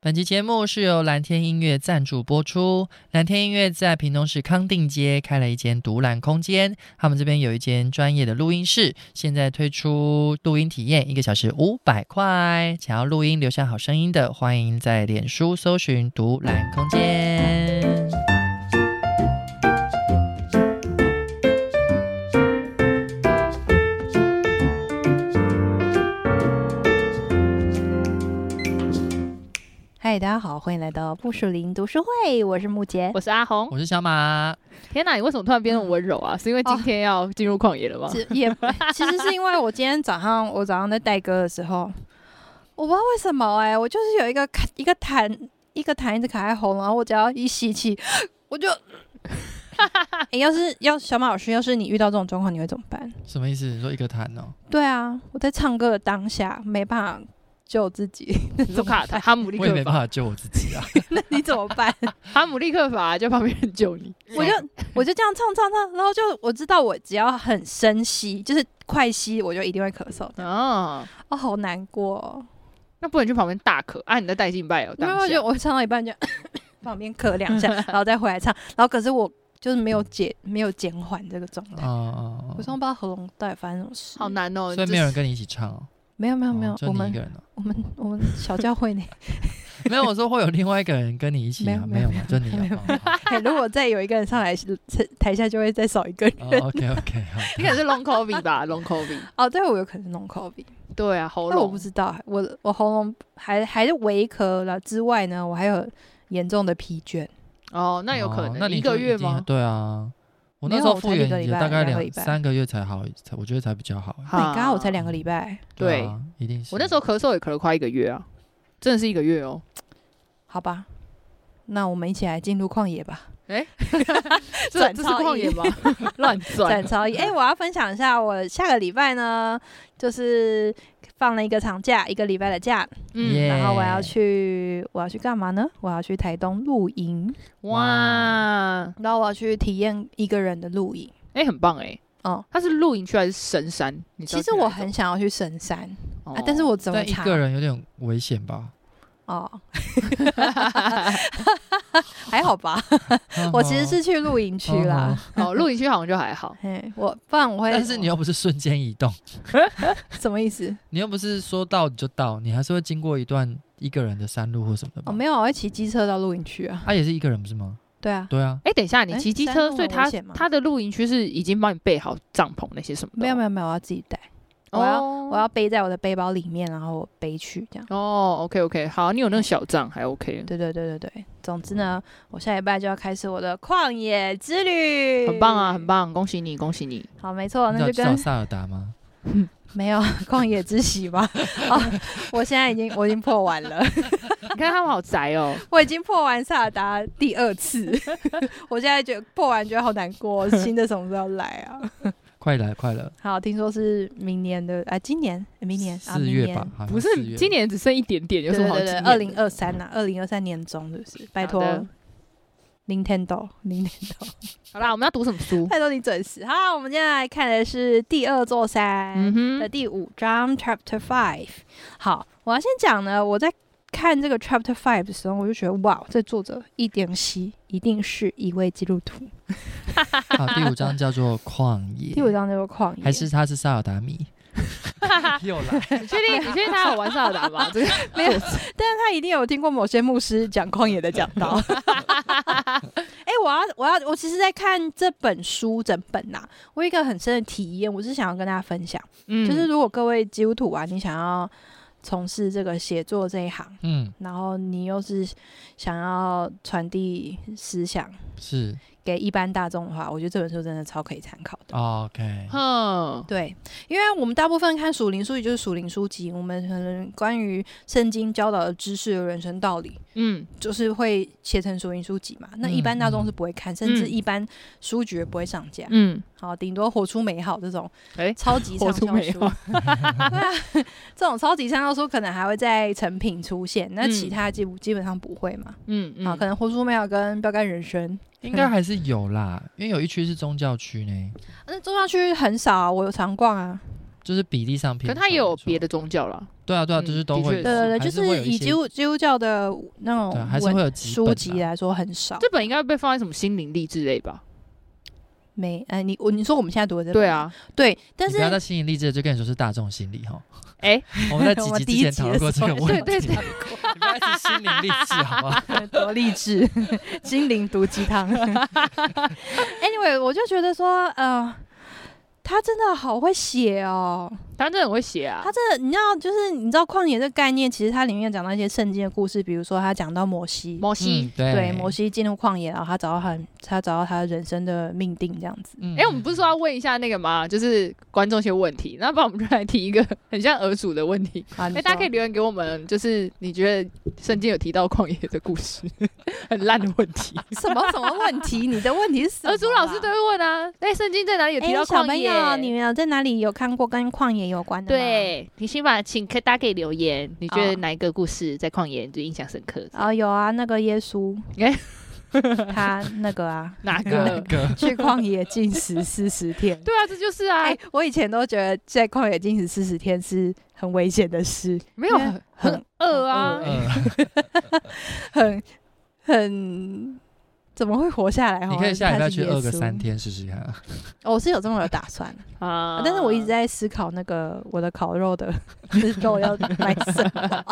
本期节目是由蓝天音乐赞助播出。蓝天音乐在屏东市康定街开了一间独揽空间，他们这边有一间专业的录音室，现在推出录音体验，一个小时五百块。想要录音留下好声音的，欢迎在脸书搜寻独揽空间。嗨，大家好，欢迎来到布树林读书会，我是嗯木杰。我是阿红。哎我是小马，天哪，你为什么突然变那么温柔哦啊？是因为今天要进入旷野了吗？其 也其实是因为我今天早上，我早上在带歌的时候，我不知道为什么哎、我就是有一个卡一个痰，一个痰一直卡在喉咙，然后我只要一吸气， 我就。哎，要是要小马老师，要是你遇到这种状况，你会怎么办？什么意思？你说一个痰哦？对啊，我在唱歌的当下没办法救自己， 你说卡塔哈姆立我也没克办法，法救我自己啊！那你怎么办？哈姆立克法就旁边人救你。我就我就这样唱唱唱，然后就我知道我只要很深吸，就是快吸，我就一定会咳嗽。 哦，哦，好难过、哦。那不能去旁边大咳啊！你在带敬拜哦，因当为下我觉得我唱到一半就 旁边咳两下，然后再回来唱，然后可是我就是没有减没有减缓这个状态， 哦我真的不知道喉咙到底发生什么事。好，难哦。所以这没有人跟你一起唱哦？没有没有没有，哦就我你一们个人哦。我们我们小教会呢，没有，我说会有另外一个人跟你一起啊，没 没有有嘛，就你没有啊。 哎如果再有一个人上来，是台下就会再少一个人。哦，OK OK，好 你可能是 long covid 吧，long covid。哦，对，我有可能弄 COVID，对啊，喉但我不咙知道，我我喉咙还还是微咳了之外呢，我还有严重的疲倦。哦，那有可哦能、那你一个就月一定吗？对啊，我那没时有候我复才一原个礼也拜大概两个两礼拜三个月才好，才我觉得才比较好。欸哈哎你刚刚我才两个礼拜，对啊，一定是。我那时候咳嗽也咳了快一个月啊，真的是一个月哦。好吧，那我们一起来进入旷野吧。这转这是超旷音野吗？ 乱转展超一。 哎、我要分享一下，我下个礼拜呢，就是放了一个长假，一个礼拜的假，耶嗯，然后我要去，我要去干嘛呢？我要去台东露营，哇，然后我要去体验一个人的露营。哎、很棒哎、哦，它是露营区还是深山？你知道其实去哪我一种很想要去神山、哦啊，但是 我怎么但一查？个人有点危险吧？哦，还 好吧， 我其实是去露营区啦。哦。哦，露营区好像就还好嘿，我不然我会，但是你又不是瞬间移动，什么意思？你又不是说到你就到，你还是会经过一段一个人的山路或什么的哦，吧？没有，我会骑机车到露营区啊。他也是一个人不是吗？对啊，对啊，哎、等一下，你哎骑机山车，路所以很他危险吗他的露营区是已经帮你备好帐篷那些什么的哦？没有没有没有，我要自己带，哦，我要我要背在我的背包里面，然后我背去这样。哦，OK OK，好，你有那个小帐还 OK，对对对对对，总之呢，我下礼拜就要开始我的旷野之旅，很棒啊，很。棒，恭喜你，恭喜你。好，没错，你哦有那就去找跟萨尔达吗？ 没有旷野之息吧。哦，我现在已经我已经破完了，你看他们好 宅哦，我已经破完萨尔达第二次， 我现在觉得破完觉得好难过，新的什么时候来啊？ 快来快来，好，听说是明年的，啊，今年，哎明年啊，四明月吧年。？好像不四是月今年只剩一点点，有对什么好对纪对，念？二零二三呐，二零二三年中是不是？拜托好的，Nintendo，Nintendo。好啦，我们要读什么书？ 拜托你准时。好，我们今天来看的是第二座山嗯的哼，第五章、Chapter Five。好，我要先讲呢，我在看这个 Chapter Five 的时候，我就觉得哇，这作者一点息一定是一位基督徒。好，啊第五章叫做旷野。 第五章叫做旷野，还是他是萨尔达米？ 又来，你确定你确定他有玩萨尔达 吗？这个没有？但是他一定有听过某些牧师讲旷野的讲道。 哎、我要，我要，我其实，在看这本书整本呐、我有一个很深的体验，我是想要跟大家分享。嗯就是如果各位基督徒啊，你想要从事这个写作这一行，嗯，然后你又是想要传递思想是给一般大众的话，我觉得这本书真的超可以参考的。哦 OK，哼，对，因为我们大部分看属灵书籍就是属灵书籍，我们可能关于圣经教导的知识、人生道理，嗯，就是会写成属灵书籍嘛。那一般大众是不会看，甚至一般书局也不会上架。嗯，好，顶多活出美好这种哎超级 畅活出销美书好， 对啊，这种超级畅销书可能还会在成品出现，那嗯其他基基本上不会嘛。嗯嗯，啊，可能活出美好跟标杆人生，应该还是有啦，因为有一区是宗教区呢。那中央区很少啊，我有常逛啊。就是比例上偏可少。他也有别的，的宗教啦，对啊对啊，嗯就是都的会确有，对对对，就还是会是有一以些基督基督教的那种对啊，还是文会有几本书啊籍来说很少。这本应该被放在什么心灵励志类吧？没，哎，你我你说我们现在读的这本对，啊，对，但你是不要 再吸引力这就跟你说是大众心理哈。哎，我们在我几第集一之前集讨的论过这个问时候题， 对对对，你不要一直心灵励志好吗？ 呃多励志， 心灵毒鸡汤。anyway，我就觉得说，呃，他真的好会写哦。他真的很会写啊他，这你知道，就是你知道旷野这个概念，其实它里面讲到一些圣经的故事，比如说他讲到摩西，摩西嗯，，对对，摩，西进入旷野，然后他找到他他找到他人生的命定这样子。嗯哎、我们不是说要问一下那个吗？就是观众一些问题，那不然我们就来提一个很像儿主的问 题。啊，哎、你大家说可以留言给我们，就是你觉得圣经有提到旷野的故事， 很烂的问题。 什么什么问题？你的问题是什么儿主哦老师都对。会问啊，哎、圣经在哪里有哎、提到小旷朋野？友，你们有在哪里有看过跟旷野有关的吗？。对，你先把请可大家可以留言，你觉哦得哪一个故事在旷野你最印象深刻？啊、有啊，那个耶稣， 哎 他那个啊，哪嗯那个？ 个去旷野禁食四十天。对啊，这就是 啊，哎、我以前都觉得在旷野禁食四十天是很危险的事，没有因为很很饿啊，哦呃，很很怎么会活下来？你可以下礼拜去饿二个三。天试试看啊。哦我是有这么有打算、啊哦但是我一直，在思考那个我的烤肉的肉要买什 么。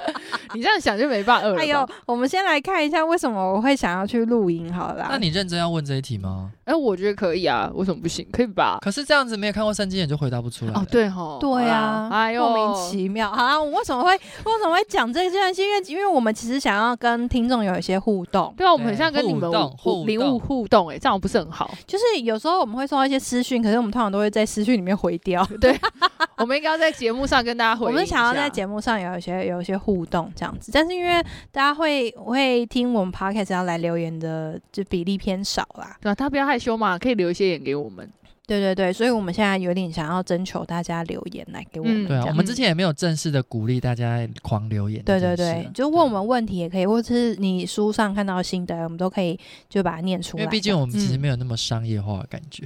你这样想就没办法饿了吧。哎呦， 我们先来看一下为什么我会想要去露营好了啦。那你认真要问这一题吗？哎、我觉得可以啊，为什么不行？可以吧？可是这样子没有看过圣经，你就回答不出来。哦，，对吼，对啊，好啦哎呦，莫名其妙。好啦，我为什么会为什么会讲这件事？因为因为我们其实想要跟听众有一些互动，对啊，我们很像跟互你们动互互灵物动互动、哎，这样不是很 好。就是有时候我们会收到一些私讯，可是我们通常都会在私讯里面回掉。我们应该要在节目上跟大家回我应一下。们想要在节目上有一些有一些互动这样子，但是因为大家会会听我们 podcast 要来留言的，就比例偏少啦。对啊，大家不要害羞嘛，可以留一些眼给我们。对对对，所以我们现在有点想要征求大家留言来给我嗯们这对样啊，子。我们之前也没有正式的鼓励大家狂留言这对件对事啊。对，就问我们问题也可以，或者是你书上看到的心得，我们都可以就把它念出对。来。因为毕竟我们其实没有那么商业化的感觉，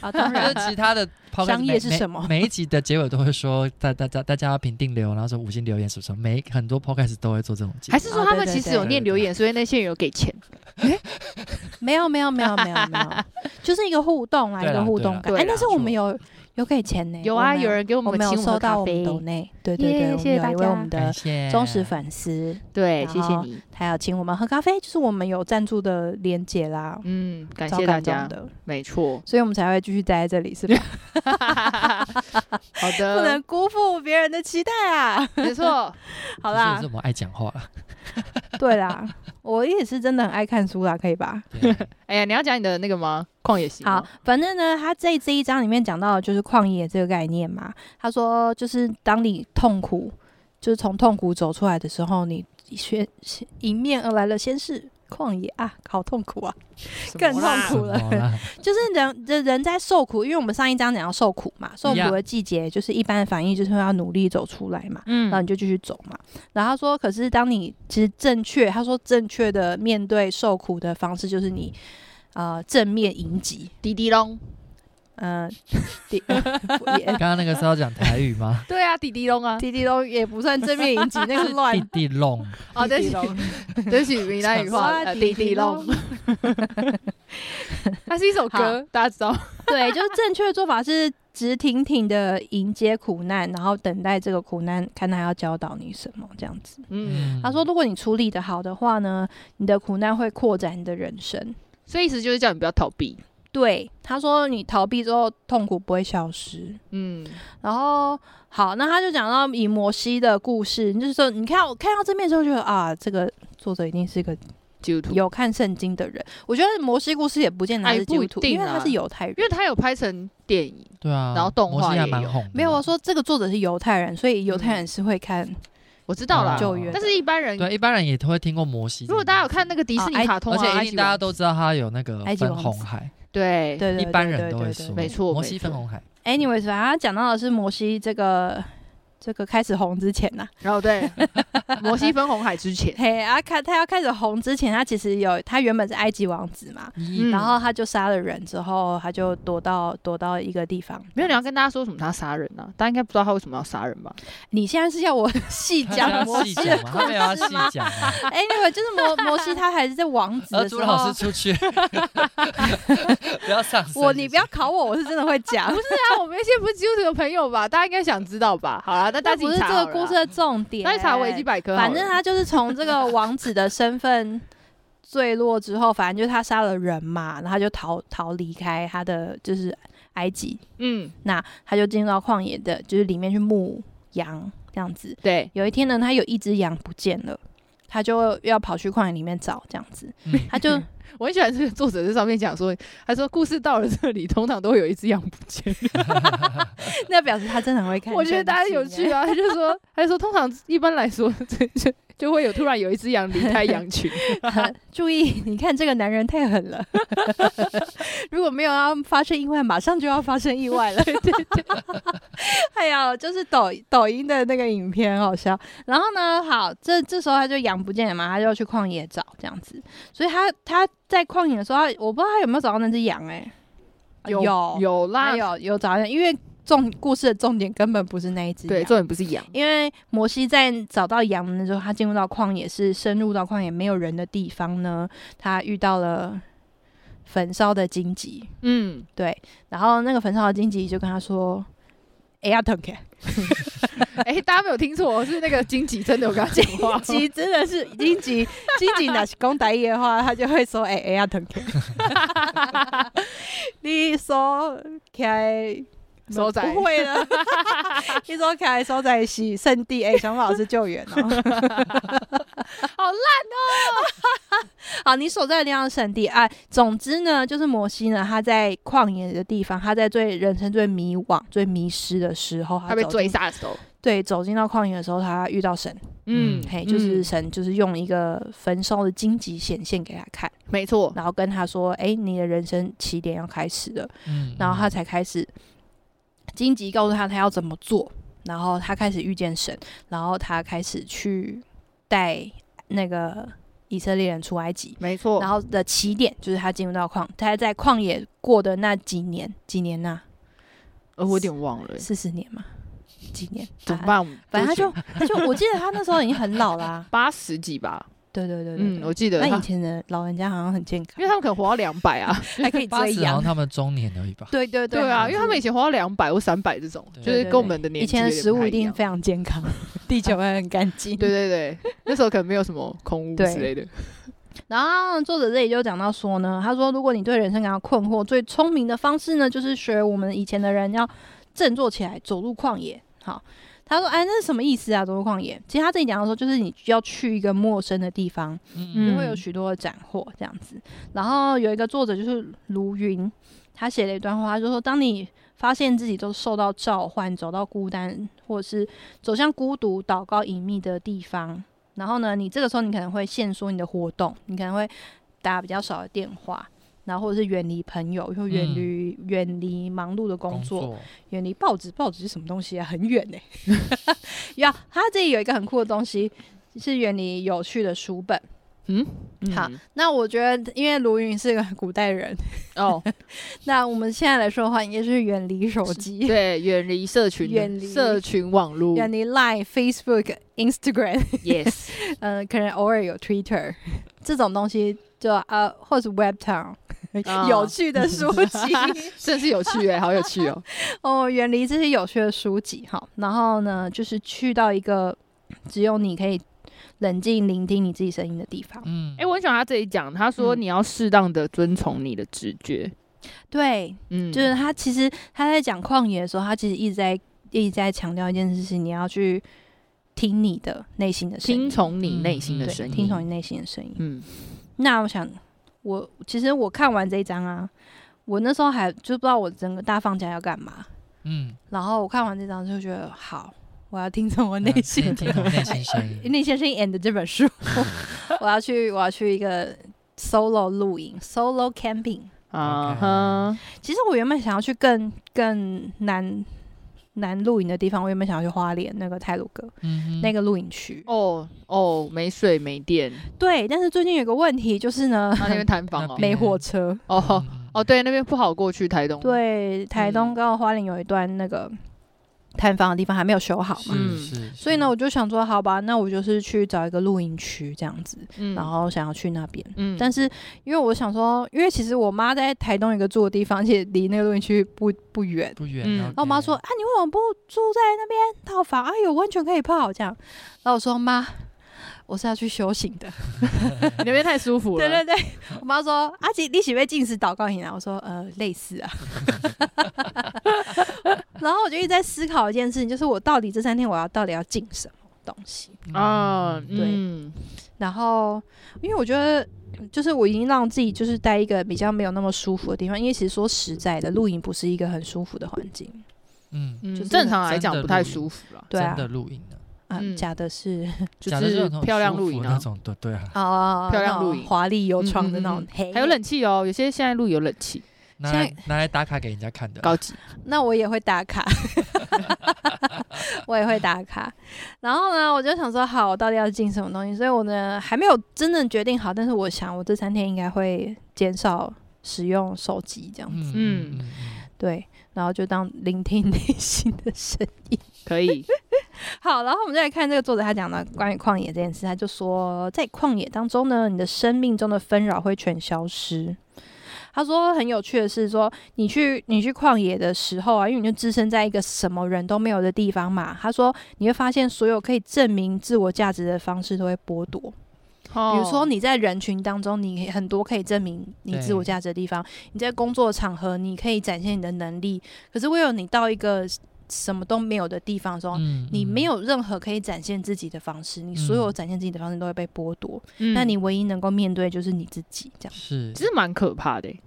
啊，当就然 是其他的 podcast 商业每是什么每每一集的结尾都会说大大家大家要评定留，然后说五星留言什么什么，每很多 podcast 都会做这种节目。还是说哦他们对对其实有对念留言，所以那些人有给钱？没有没有没有没有没有， 就是一个互动啦，对一啦个互动感。对啦哎，但是我们有有给钱呢，有啊，我们有人给我我们们请有喝收咖到我们啡抖。内，对对耶对，谢谢我们大有一位家我们感的谢忠实。粉丝，对，然谢谢后你。他有请我们喝咖啡，就是我们有赞助的连结啦，嗯，感超谢大感动家，的，。没错 所以我们才会继续待在这里，是吧？好不能的，辜负别人的期待啊！没错。不好是啦我，这么爱讲 话啊。对啦，我也是真的很爱看书啦，可以吧？对哎呀，你要讲你的那个吗？旷野行吗好，反正呢，他在这一章里面讲到的就是旷野这个概念嘛。他说，就是当你痛苦，就是从痛苦走出来的时候，你先先迎面而来了，先是旷野啊，好痛苦啊！什更么啦痛苦了什么 啦就是人人人在受苦，因为我们上一章讲到受苦嘛，受苦的季节就是一般的反应就是要努力走出来嘛。然后嗯你就继续走嘛。然后他说，可是当你其实正确，他说正确的面对受苦的方式就是你呃正面迎击，滴滴隆，？嗯，滴也刚刚那个是要讲台语吗 对啊，滴滴隆啊。滴滴都也不算正面迎击，那个乱弟弟弄，哦，对不起，对不起，闽南语话，哇呃滴滴滴滴隆隆， 它是一首歌，大家知道吗。对，就是正确的做法是直挺挺的迎接苦难，然后等待这个苦难，看他要教导你什么这样子。嗯，他说，如果你处理的好的话呢，你的苦难会扩展你的人生。所以意思就是叫你不要逃避。对，他说你逃避之后，痛苦不会消失。嗯，然后好，那他就讲到以摩西的故事，就是说，你看我看到这面之后，觉得啊，这个作者一定是个基督徒，有看圣经的人。我觉得摩西故事也不见得他哎是基督不一徒，定因为他啊是犹太人因。为他有拍成电影，对啊，然后动画摩西还也蛮有红的嘛，没有，我说这个作者是犹太人，所以犹太人是会看。我知道啦哦，救援但是一般人，对，一般人也都会听过摩西这个名字。如果大家有看那个迪士尼哦埃卡通而啊，且埃一及定大家王都知道他有那个埃及分王红子海，对对对，一般人都会说，没错摩没西错分红海， Anyways，反正他讲到的是摩西这个这个开始红之前呐、然后 对，摩西分红海之前，嘿，啊，看他要开始红之前，他其实有他原本是埃及王子嘛，咦嗯然后他就杀了人之后，他就躲到躲到一个地方。没有你要跟大家说什么他杀人啊？大家应该不知道他为什么要杀人吧？你现在是要我 细他讲没有摩要细西讲的吗？他故没有 要细事吗讲吗。 ？Anyway，就是摩摩西他还是在王子呃，的时朱老候师。出 去， 不要上身。我你不要考我，我是真的会讲。不是啊，我们一些不是基督徒的朋友吧？大家应该想知道吧？好啦，那大家那不自是己查这好个了啦故事，的重点。欸大家去查维基百科好了。反正他就是从这个王子的身份坠落之后，反正就是他杀了人嘛，然后他就逃逃离开他的就是埃及，嗯，那他就进入到旷野的，就是里面去牧羊这样子。对，有一天呢，他有一只羊不见了，他就要跑去旷野里面找这样子，嗯他就我很喜欢这个作者在上面讲说，他说故事到了这里，通常都会有一只羊不见。 那表示他真的很会看。我觉得大家有趣啊。啊，他就说，他就说通常一般来说， 这就就会有突然有一只羊离开羊群。注意，你看这个男人太狠了， 如果没有要发生意外，马上就要发生意外了。对对对， 哎呀，就是抖抖音的那个影片很好笑。然后呢，好，这这时候他就养不见了嘛，他就去旷野找这样子。所以他他在旷野的时候，他我不知道他有没有找到那只羊哎、有 有有啊他啦，有有找到，因为重故事的重点根本不是那一只对，羊。重点不是 羊，因为摩西在找到羊的时候，他进入到旷野，是深入到旷野没有人的地方呢，他遇到了焚烧的荆棘，嗯，然后那个焚烧的荆棘就跟他说：“哎呀，腾开，哎、大家没有听错，是那个荆棘真的有跟他讲 话。荆棘真的是荆棘， 荆棘那是讲台语的话，他就会说：哎、哎呀，腾开， 你说开。”所在不会了， 你说开收在西圣地，哎、小马老师救援 哦。好烂，哦 好，你所在的地方是圣地啊。总之呢，就是摩西呢，他在旷野的地方，他在最人生最迷惘、最迷失的时候，他被啊走追。进杀的时候，对，走进到旷野的时候，他遇到神，嗯嗯，嘿，就是神，就是用一个焚烧的荆棘显现给他看，没错，然后跟他说：“哎、你的人生起点要开始了。”嗯然后他才开始，荆棘告诉他他要怎么做，然后他开始遇见神，然后他开始去带那个以色列人出埃及。没错然。后的起点就是他进入到旷，他在旷野过的那几年，几年呐、呃，我有点忘了，四十年嘛，几年？怎么啊？办？反正他就他就，我记得他那时候已经很老啦、 八十几吧，对对对对嗯，对我记得那他，以前的老人家好像很健因康为，他们可能活到两百啊，还可以八追十，好羊像。他们中年而已吧。 对哦对对啊，因为他们以以前活到两百或三百这种，对就是跟我们的年以纪前的有食点不物太一定样非常健康，地球还很干净。对对对，那时候可能没有什么空屋对之类的， 然后作者这里就讲到说呢，他说如果你对人生感到困惑，最聪明的方式呢，就是学我们以前的人要振作起来，走入旷野。好，他说哎，那是什么意思啊？走入旷野？其实他这里讲到说，就是你要去一个陌生的地方，嗯就会有许多的斩获这样子。然后有一个作者就是卢云，他写了一段话，他就说：当你发现自己都受到召唤，走到孤单，或者是走向孤独、祷告隐秘的地方，然后呢，你这个时候你可能会限缩你的活动，你可能会打比较少的电话。然后或者是远离朋友，又远离、远离忙碌的嗯工作，远离报纸，报纸是什么东西啊？很远呢、 要他这里有一个很酷的东西，是远离有趣的书本。嗯，好嗯那我觉得，因为卢云是个古代人，哦，那我们现在来说的话，应该是远离手机， 对，远离社群，远离社群网络远离 Line、Facebook、Instagram， ，yes，呃，可能偶尔有 Twitter 这种东西就，呃，或是 Webtoon、啊有趣的书 籍真是有趣哎，好有趣哦，哦，远离这些有趣的书籍哈。好然后呢，就是去到一个只有你可以冷静聆听你自己声音的地方。嗯， 哎，我很喜欢他这里讲，他说嗯你要适当的遵从你的直觉，对，嗯，就是他其实他在讲旷野的时候，他其实一直在一直在强调一件事情，你要去听你的内心的声音，听从你嗯内心的对声音，听从你内心的声音。嗯，那我想，我其实我看完这一章啊，我那时候还就不知道我整个大放假要干嘛，嗯，然后我看完这章就觉得好，我要听从我嗯内心的听从内心声音， 那些声音 and 这本书， 我要去我要去一个 solo 露营 solo camping。啊哈，其实我原本想要去更更难难露营的地方，我原本想要去花莲那个泰鲁阁、嗯哼那个露营区，哦哦，没水没 电，对。但是最近有个问题就是呢，他那边摊房那哦边，没火车。哦嗯哦，对，那边不好过去台东，，对，台东到花莲有一段那个探访的地方还没有修好嘛，嗯是是，所以呢，我就想说，好吧，那我就是去找一个露营区这样子，嗯然后想要去那边。嗯但是因为我想说，因为其实我妈在台东有一个住的地方，而且离那个露营区不不远。不远。嗯然然后我妈说：“啊，你为什么不住在那边套房啊？有温泉可以泡这样。”然后我说：“妈，我是要去修行的。你 那边太舒”服对对了，对，我妈说：“阿吉，你喜不喜欢进食祷告营啊？”我说：“呃，类似啊。”然后我就一直在思考一件事情，就是我到底这三天我要到底要进什么东西。啊，嗯对嗯，然后，因为我觉得，就是我已经让自己就是待一个比较没有那么舒服的地方，因为其实说实在的，露营不是一个很舒服的环境。嗯，嗯就是正常来真讲的不太露营舒服啦，对啊真，的露营的，啊嗯，假的是就假的是有那种漂亮舒露服营那啊，种的，对啊，哦，漂亮露那营种华丽有窗的那嗯嗯种嗯，黑。还有冷气哦，有些现在露营有冷 气，拿现来拿来打卡给人家看的。高级，那我也会打卡， 我也会打卡。然后呢，我就想说，好，我到底要进什么东西？所以我呢还没有真正决定好，但是我想，我这三天应该会减少使用手机这样子。嗯嗯嗯嗯对，然后就当聆听 内心的声音。可 以，好，然后我们就来看这个作者他讲的关于旷野这件事，他就说，在旷野当中呢，你的生命中的纷扰会全消失。他说很有趣的是说，你去你去旷野的时候啊，因为你就置身在一个什么人都没有的地方嘛。他说你会发现所有可以证明自我价值的方式都会剥夺，比比如说你在人群当中，你很多可以证明你自我价值的地方；你在工作场合，你可以展现你的能力。可是唯有你到一个什么都没有的地方的时候，嗯，哦你没嗯，有任何可以展现自己的方式，你所有展现自己的方式都会被剥夺。嗯，那你唯一能够面对就是你自己，这样是其实蛮可怕的欸。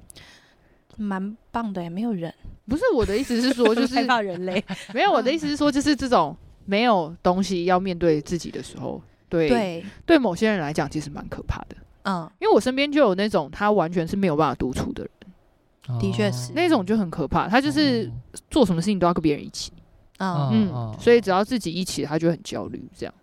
蛮棒的耶，欸没有人，不是我的意思是说，就是 害怕人类。没有我的意思是说，就是这种没有东西要面对自己的时候，对对，对某些人来讲，其实蛮可怕的。嗯，因为我身边就有那种他完全是没有办法独处的人，的确是那种就很可怕。他就是哦做什么事情都要跟别人一起，嗯，嗯，哦所以只要自己一起，他就很焦虑。这样，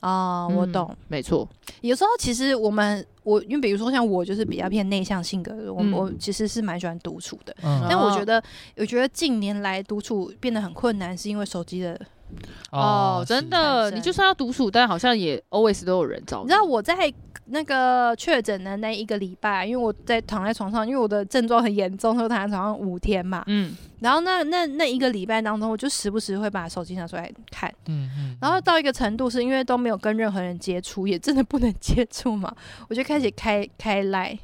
哦，我懂。嗯，没错，有时候其实我们，我因为比如说像我就是比较偏内向性格的人，我、嗯我其实是蛮喜欢独处的。嗯但我觉哦得，我觉得近年来独处变得很困难，是因为手机的。哦，是真的，是你就算要独处，但好像也 always 都有人找你知道我在那个确诊的那一个礼拜，因为我在躺在床上，因为我的症状很严重，所以我躺在床上五天嘛。嗯，然后那那那一个礼拜当中，我就时不时会把手机拿出来看。嗯嗯，然后到一个程度，是因为都没有跟任何人接触，也真的不能接触嘛， 我就开始开开 line，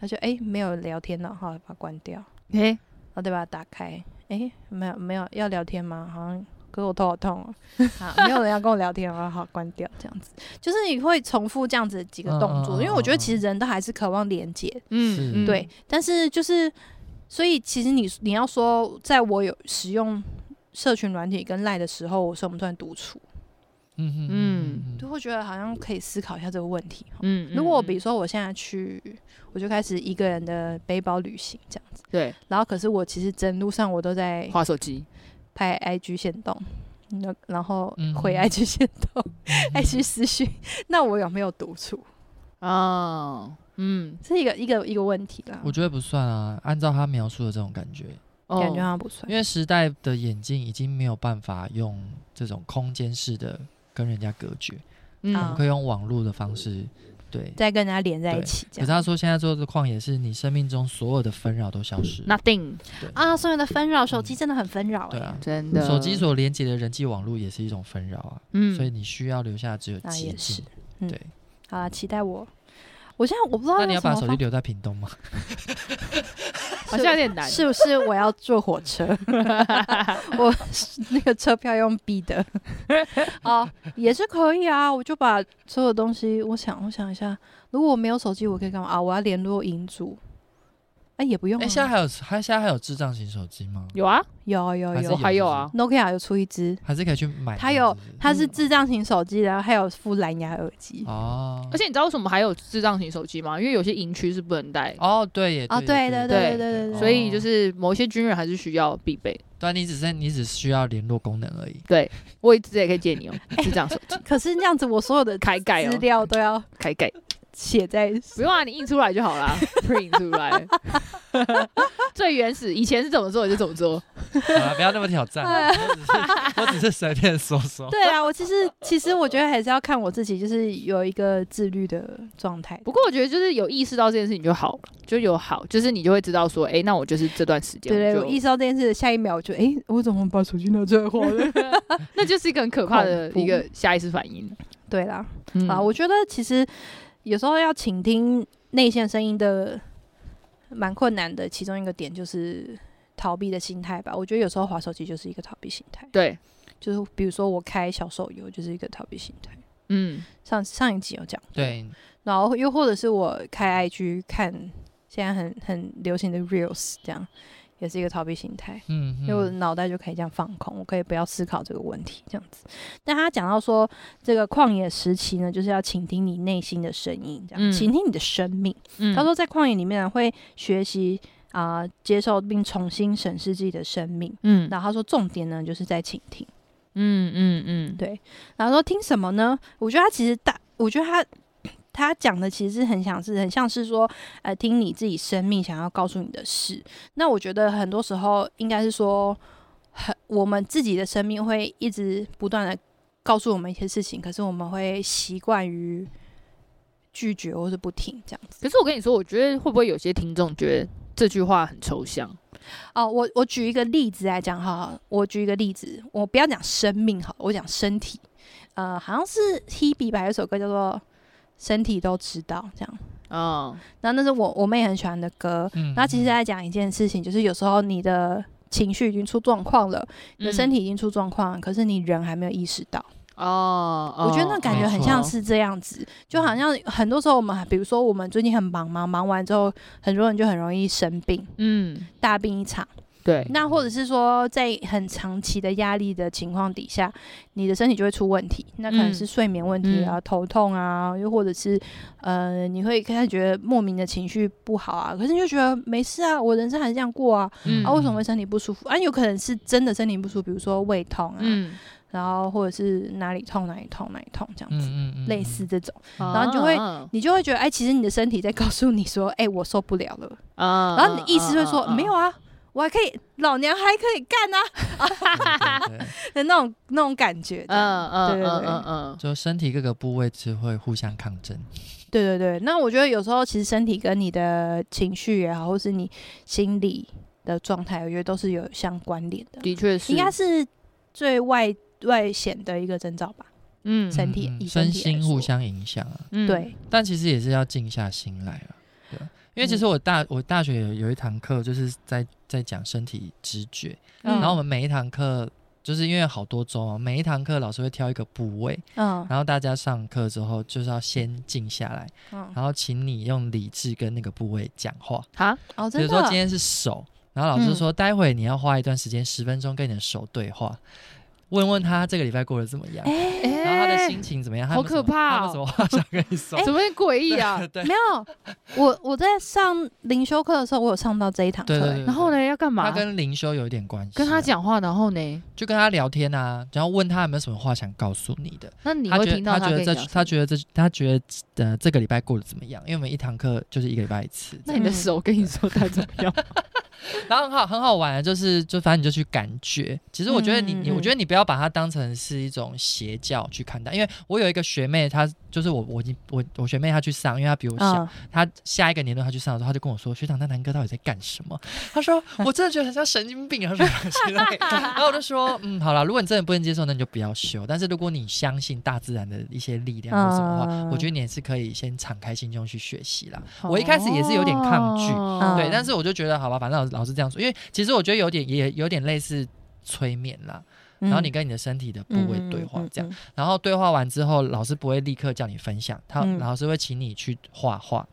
他就哎、没有聊天了，好把它关掉，然嘿，后再把它打开，哎、没有没有要聊天吗？好像。可是我头好痛哦、 好，没有人要跟我聊天，我要好关掉这样子，就是你会重复这样子几个动嗯作，嗯嗯因为我觉得嗯其实人都还是渴望连接，是嗯，嗯对，，但是就是，所以其实你你要说，在我有使用社群软体跟赖的时候，我算不算独处？嗯嗯嗯就会觉得好像可以思考一下这个问题。嗯，如果我嗯比如说我现在去，我就开始一个人的背包旅行这样子，嗯对然后可是我其实整路上我都在划手机，拍 IG 线动，那然后嗯回 IG 线动、IG 私讯，那我有没有独处？哦，嗯，是一个一个一个问题啦，我觉得不算啊，按照他描述的这种感觉，哦感觉好像不算因。为时代的眼镜已经没有办法用这种空间式的跟人家隔绝，我们嗯啊可以用网络的方式，对。再跟人家连在一对起，这可是样他说现在做的旷野是你生命中所有的纷扰都消失， ，nothing，啊，所有的纷扰，手机真的很纷扰哎、对啊，真的，手机所连接的人际网络也是一种纷扰啊，嗯，所以你需要留下只有那寂也是静。，嗯对。好啦，期待我。我现在我不知道那你要用什把么手机方留在屏东吗？好像有点难，是不是我要坐火 车？ 我那个车票用逼 的哦，也是可以啊。我就把所有东西，我想我想一下，如果我没有手机，我可以干嘛啊？我要联络银主，哎、也不用、哎、啊现在还有还现在还有智障型手机吗？有啊，有有还是有我还有啊是， ，Nokia 有出一支，还是可以去买那个。它有是不是它是智障型手机，然后还有附蓝牙耳机。嗯哦，而且你知道为什么还有智障型手机吗？因为有些营区是不能带，哦，对耶，哦对对耶对对对耶对对对哦所以就是某一些军人还是需要必备。对啊，你只是你只需要联络功能而已。我也直接可以借 你哦，哎智障手机可是那样子，我所有的开盖资哦，料都要开盖，写 在不用啊，你印出来就好 啦，print 出来， 最原始，以前是怎么做就怎么 做，好啦不要那么挑战啦，我只是我只是随便说 说。对啊，我其实其实我觉得还是要看我自己，就是有一个自律的状态。不过我觉得就是有意识到这件事情就好了，就有好，就是你就会知道说，哎、那我就是这段时间，对对，我我就意识到这件事，下一秒我就诶，我怎么把手机拿出来晃了？那就是一个很可怕的恐怖一个下意识反应。 对啦，嗯啊，我觉得其实有时候要倾听内线声音的，蛮困难的。其中一个点就是逃避的心态吧。我觉得有时候划手机就是一个逃避心态，对，就是比如说我开小手游就是一个逃避心态。嗯，上上一集有讲，对，然后又或者是我开 IG 看现在很很流行的 Reels，这样也是一个逃避心态。嗯，嗯因为我的脑袋就可以这样放空，我可以不要思考这个问题，这样子。但他讲到说，这个旷野时期呢，就是要倾听你内心的声音，这样嗯倾听你的生命。嗯他说，在旷野里面呢会学习啊、接受并重新审视自己的生命。嗯然后他说，重点呢就是在倾听。嗯嗯嗯，对然后说听什么呢？我觉得他其实大，我觉得他 他讲的其实很像是很像是说，呃，听你自己生命想要告诉你的事。那我觉得很多时候应该是说，很我们自己的生命会一直不断的告诉我们一些事情，可是我们会习惯于拒绝或是不听这样子。可是我跟你说，我觉得会不会有些听众觉得这句话很抽象？哦，我我举一个例子来讲哈，我举一个例子，我不要讲生命好，我讲身体。呃，好像是 Hebe 吧，有一首歌叫做《身体都知道》这样。嗯，然后那是我我妹很喜欢的歌。嗯然后其实在讲一件事情，就是有时候你的情绪已经出状况了，你嗯的身体已经出状况了，可是你人还没有意识到。哦，我觉得那感觉没很错嗯像是这样子，就好像很多时候我们，比如说我们最近很忙嘛，忙完之后，很多人就很容易生病，嗯，大病一场。对，那或者是说，在很长期的压力的情况底下，你的身体就会出问题。那可能嗯是睡眠问题啊、头痛啊，又或者是呃，你会开始觉得莫名的情绪不好啊，可是你就觉得没事啊，我人生还是这样过啊，嗯啊，为什么会身体不舒服？啊，有可能是真的身体不舒服，比如说胃痛啊，嗯，然后或者是哪里痛哪里痛哪里痛这样子，嗯嗯类似这种，然后就会嗯你就会觉得，哎，其实你的身体在告诉你说，哎，我受不了了。嗯啊然后你的意思会说，没有，啊，我还可以，老娘还可以干啊。嗯对 对对的那种那种感觉。嗯，嗯嗯对对嗯对嗯嗯，就身体各个部位是会互相抗争。对对对。那我觉得有时候其实身体跟你的情绪也好，或是你心理的状态，我觉得都是有相关联的，嗯的确是，应该是最外外显的一个征兆吧。嗯身体以身身体来心说互相影响啊。嗯，对，但其实也是要静下心来了，对啊因为其实我大我大学有有一堂课就是在在讲身体直觉，嗯然后我们每一堂课就是因为好多周啊，每一堂课老师会挑一个部位，嗯然后大家上课之后就是要先静下来，嗯，然后请你用理智跟那个部位讲话，哈，哦，比真如说今的，天是手，然后老师说待会你要花一段时间十分钟跟你的手对话，问问他这个礼拜过得怎么样。哎，然后他的心情怎么样？他有没有什好可么他怕有没有什么话想跟你说？怎么会诡异啊？对没有，我我在上灵修课的时候，我有上到这一堂对对课欸对，然后呢，要干嘛？他跟灵修有一点关系啊、跟他讲话，然后呢？就跟他聊天啊，然后问他有没有什么话想告诉你的。那你他会觉听得到觉跟得你这讲什他么觉得这他觉得呃这个礼拜过得怎么样？因为我们一堂课就是一个礼拜一 次，那你的嗯手跟你说他怎 么样？然后很好很好玩啊，就是就反正你就去感觉。其实我觉得你、嗯嗯你嗯我觉得你不要把它当成是一种邪教去看待，因为我有一个学妹，她就是我我我我学妹她去上，因为她比我小，嗯，他下一个年度他去上的时候，他就跟我说：“学长，那南哥到底在干什么？”他说：“我真的觉得很像神经病。”他说：“之类 的然后我就说：“嗯，好啦，如果你真的不能接受，那你就不要修。但是如果你相信大自然的一些力量或什么的话，嗯我觉得你也是可以先敞开心胸去学习啦。我一开始也是有点抗拒嗯哦对，但是我就觉得好吧，反正老老师这样说，因为其实我觉得有点也有点类似催眠啦。嗯然后你跟你的身体的部位对话这样，样，然后对话完之后，老师不会立刻叫你分享，他、嗯老师会请你去画画。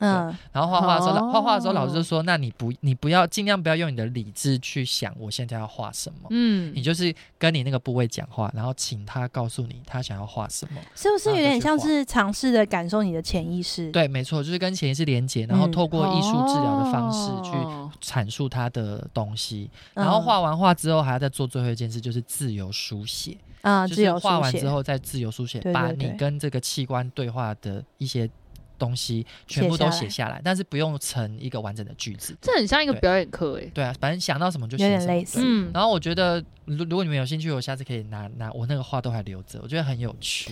嗯，然后画画的时候，哦画画的时候老师就说：“那你不，你不要尽量不要用你的理智去想我现在要画什么，嗯你，就是跟你那个部位讲话，然后请他告诉你他想要画什么。是不是然后有就点去像画是尝试的感受你的潜意识？，对，没错，就是跟潜意识连接，然后嗯透过艺术治疗的方式去哦阐述他的东西。哦然嗯后画完画之后，还要再做最后一件事，就是自由书写。啊，就自是由画书完写之，后再自由书写，对把对你对跟这个器官对话的一些东西全写部都下写来下来，但是不用成一个完整的句子。这很像一个对表演课诶。对啊，反正想到什么就有写点什么。类对似嗯，然后我觉得，如如果你们有兴趣，我下次可以拿拿我那个画都还留着，我觉得很有趣，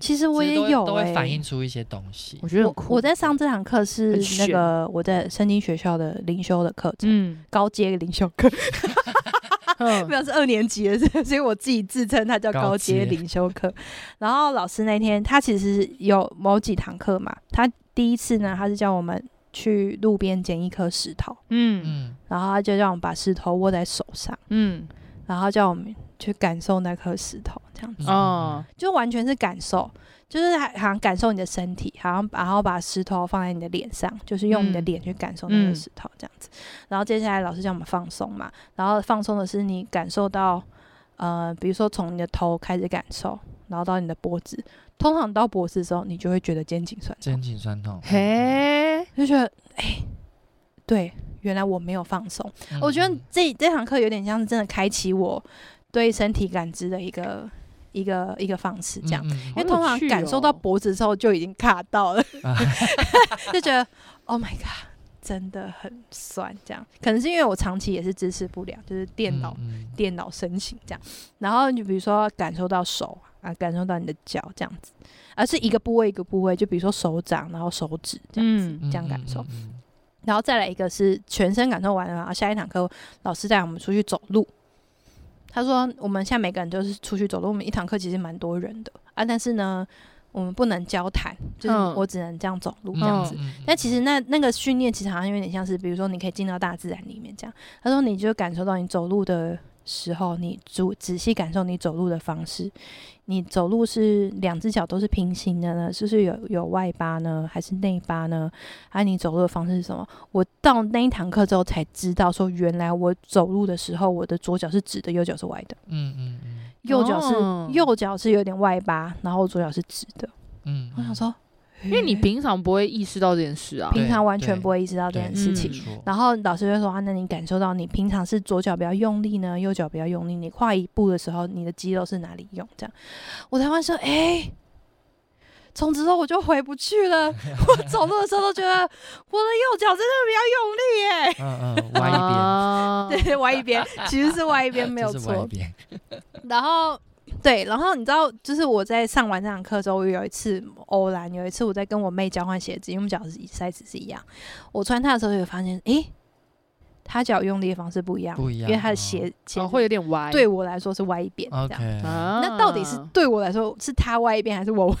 其实我其实也都会有、欸，都会反映出一些东西我。觉得很我酷我在上这堂课是很那炫个我在圣经学校的灵修的课程，嗯，高阶灵修课，嗯 没有是二年级的，所以所以我自己自称它叫高高阶阶灵修课。然后老师那天他其实有某几堂课嘛，他第一次呢他是叫我们去路边捡一颗石头，嗯嗯，然后他就让我们把石头握在手上，嗯然后叫我们去感受那颗石头，这样子嗯哦，就完全是感受，就是好像感受你的身体，好像然后把石头放在你的脸上，就是用你的嗯脸去感受那个嗯石头这样子。然后接下来老师叫我们放松嘛，然后放松的是你感受到，呃，比如说从你的头开始感受，然后到你的脖子，通常到脖子的时候，你就会觉得肩颈酸痛肩，颈酸痛。嗯嘿，就觉得哎，对，原来我没有放松。嗯我觉得这这堂课有点像是真的开启我对身体感知的一个一个一个方式这样。，嗯嗯因为好通有常趣感受到哦脖子之后就已经卡 到了，嗯啊 就觉得 Oh my god，真的很酸。这样可能是因为我长期也是支持不了，就是电脑、嗯嗯电脑身形这样。然后你比如说感受到手啊，感受到你的脚这样子，而、是一个部位一个部位，就比如说手掌，然后手指这样子、嗯这样感嗯受。嗯嗯然后再来一个是全身感受完了，然后下一堂课老师带我们出去走路。他说我们现在每个人都是出去走路，我们一堂课其实蛮多人的啊，但是呢，我们不能交谈，就是嗯我只能这样走路嗯这样子。嗯嗯嗯但其实那那个训练其实好像有点像是，比如说你可以进到大自然里面这样。他说你就感受到你走路的时候，你仔仔细感受你走路的方式，你走路是两只脚都是平行的呢，是不是有有外八呢，还是内八呢？还有你走路的方式是什么？我到那一堂课之后才知道，说原来我走路的时候，我的左脚是直的，右脚是歪的，嗯嗯嗯右脚是、哦右脚是有点外八，然后左脚是直的。嗯，我想说，因为你平平常不会意识到这件事啊，平常完对全不会意识嗯到这件对事嗯情。没错然后老师就说啊，那你感受到你平常是左脚比较用力呢，右脚比较用力，你跨一步的时候，你的肌肉是哪里用？这样，我才发现说，哎、从此之后我就回不去了。我走路的时候都觉得我的右脚真的比较用力耶。嗯嗯，歪一边，啊 对，歪一边其实是歪一边，没有就是歪一错。边，然后对，然后你知道，就是我在上完这堂课之后，我有一次偶然有一次我在跟我妹交换鞋子，因为我们脚是 size 是一样，我穿它的时候就发现，诶，她脚用力的方式不一样，不一样因为她的鞋鞋哦，子会有点歪。对我来说是歪一边 这 OK，样。啊，那到底是对我来说是她歪一边还是我歪？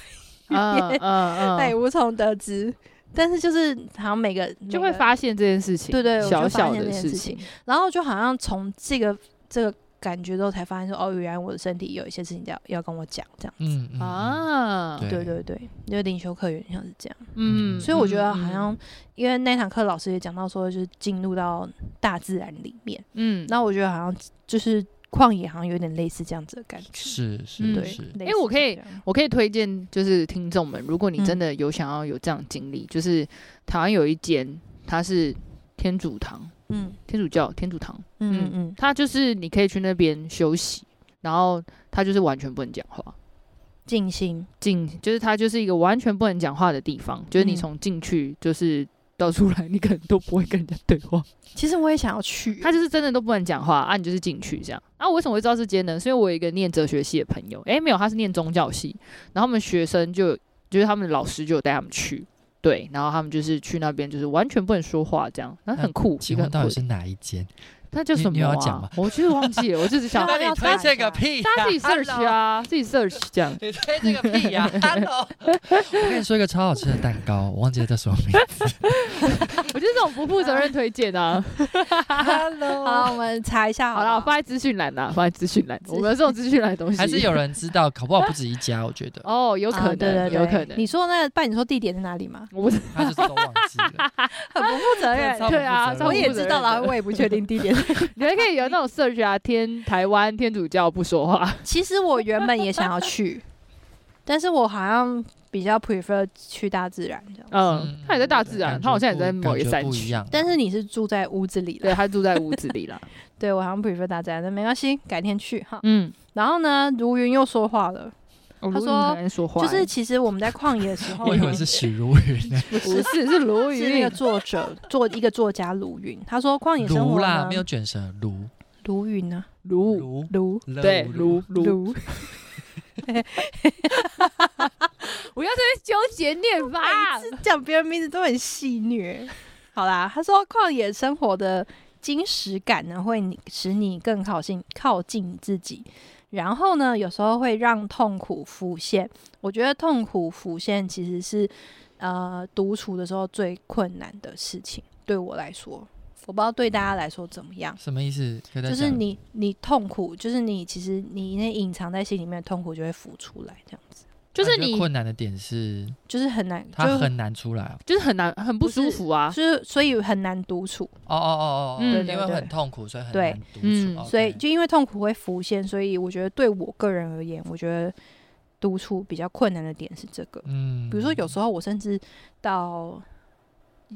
嗯嗯嗯，哎，无从得知。但是就是好像每个就每会个发现这件事情，对对，我小就发小现这的件事事情，然后就好像从这个这个感觉之后，才发现说，哦，原来我的身体有一些事情要要跟我讲，这样。嗯嗯嗯啊，对对对对，因为灵修课有点像是这样，嗯所以我觉得嗯好像，因为那堂课老师也讲到说，就是进入到大自然里面，嗯，那我觉得好像就是旷野，好像有点类似这样子的感觉。是是嗯对，是，类诶我似可以这样，我可以推荐，就是听众们，如果你嗯真的有想要有这样的经历，就是台湾有一间，它是天主堂、嗯天主教、天主堂，嗯嗯它就是你可以去那边休息，然后它就是完全不能讲话，静心，进就是它就是一个完全不能讲话的地方，就是你嗯从进去就是。到出来，你可能都不会跟人家对话。其实我也想要 去，他就是真的都不能讲话啊，你就是进去这样。啊，我为什么会知道这间呢？是因为我有一个念哲学系的朋友，诶、没有，他是念宗教系，然后他们学生就就是他们的老师就有带他们去，对，然后他们就是去那边就是完全不能说话这样，那很酷，一请个问很到酷底的是哪一间？那叫你什么、啊？你有要讲吗 我其实忘记了，我 就是想那啊那啊要你推荐个屁、呀大 家自己 search Hello 啊，自己 search 这样。你推这个屁 呀、哈 h e l l o 我跟你说一个超好吃的蛋糕，我忘记了叫什么名字。我觉得这种不负责任推荐啊。 好了，我们查一下好好了，了我。放在资讯栏啦，放在资讯栏。资 我们这种资讯栏的东西还是有人知道，搞不好不止一家。我觉得哦，有有可能，啊对对对有可能你。说那爸，你说地点在哪里吗？我不是 他就是都忘记 了。很不负责真的。任超不负责任对啊我 也超不负责知任道啦，的我也不确定地点。 你还可以有那种 search 啊，天台湾天主教不说话， 其实我原本也想要去， 但是我好像比较 prefer 去大自然这样。嗯，他也在大自然，感觉他好像也在不某一个感觉山不一区，样。啊但是你是住在屋子里对的，他住在屋子里 啦。对我好像 prefer 大自然，但没关系，改天去哈。嗯，然后呢，如云又说话了，他说说话， 就是其实我们在旷野的时候 我以为呢，是许茹芸呢，不是是鲈是那鱼个，作者作一个作家卢云，他说旷野生 卢活啦，呢没有卷舌，卢卢云呢，鲈卢卢对鲈鲈，卢，我要在那边纠结啊念法，讲别人名字都很戏谑。好啦，他说旷野生活的惊喜感呢，会你使你更靠近靠近你自己，然后呢，有时候会让痛苦浮现。我觉得痛苦浮现其实是呃独处的时候最困难的事情，对我来说，我不知道对大家来说怎么样。什么意思？可以再就是讲你，你痛苦，就是你，其实你那隐藏在心里面的痛苦就会浮出来，这样子，就是感觉你困难的点是，就是很难，它就嗯很难出来哦。就是很难很不不舒是服啊，就是所以很难独处，哦哦哦哦，嗯因对为对对很痛苦，所以很对难独嗯处。OK 所以就因为痛苦会浮现，所以我觉得对我个人而言，我觉得独处比较困难的点是这个。嗯，比如说，有时候我甚至到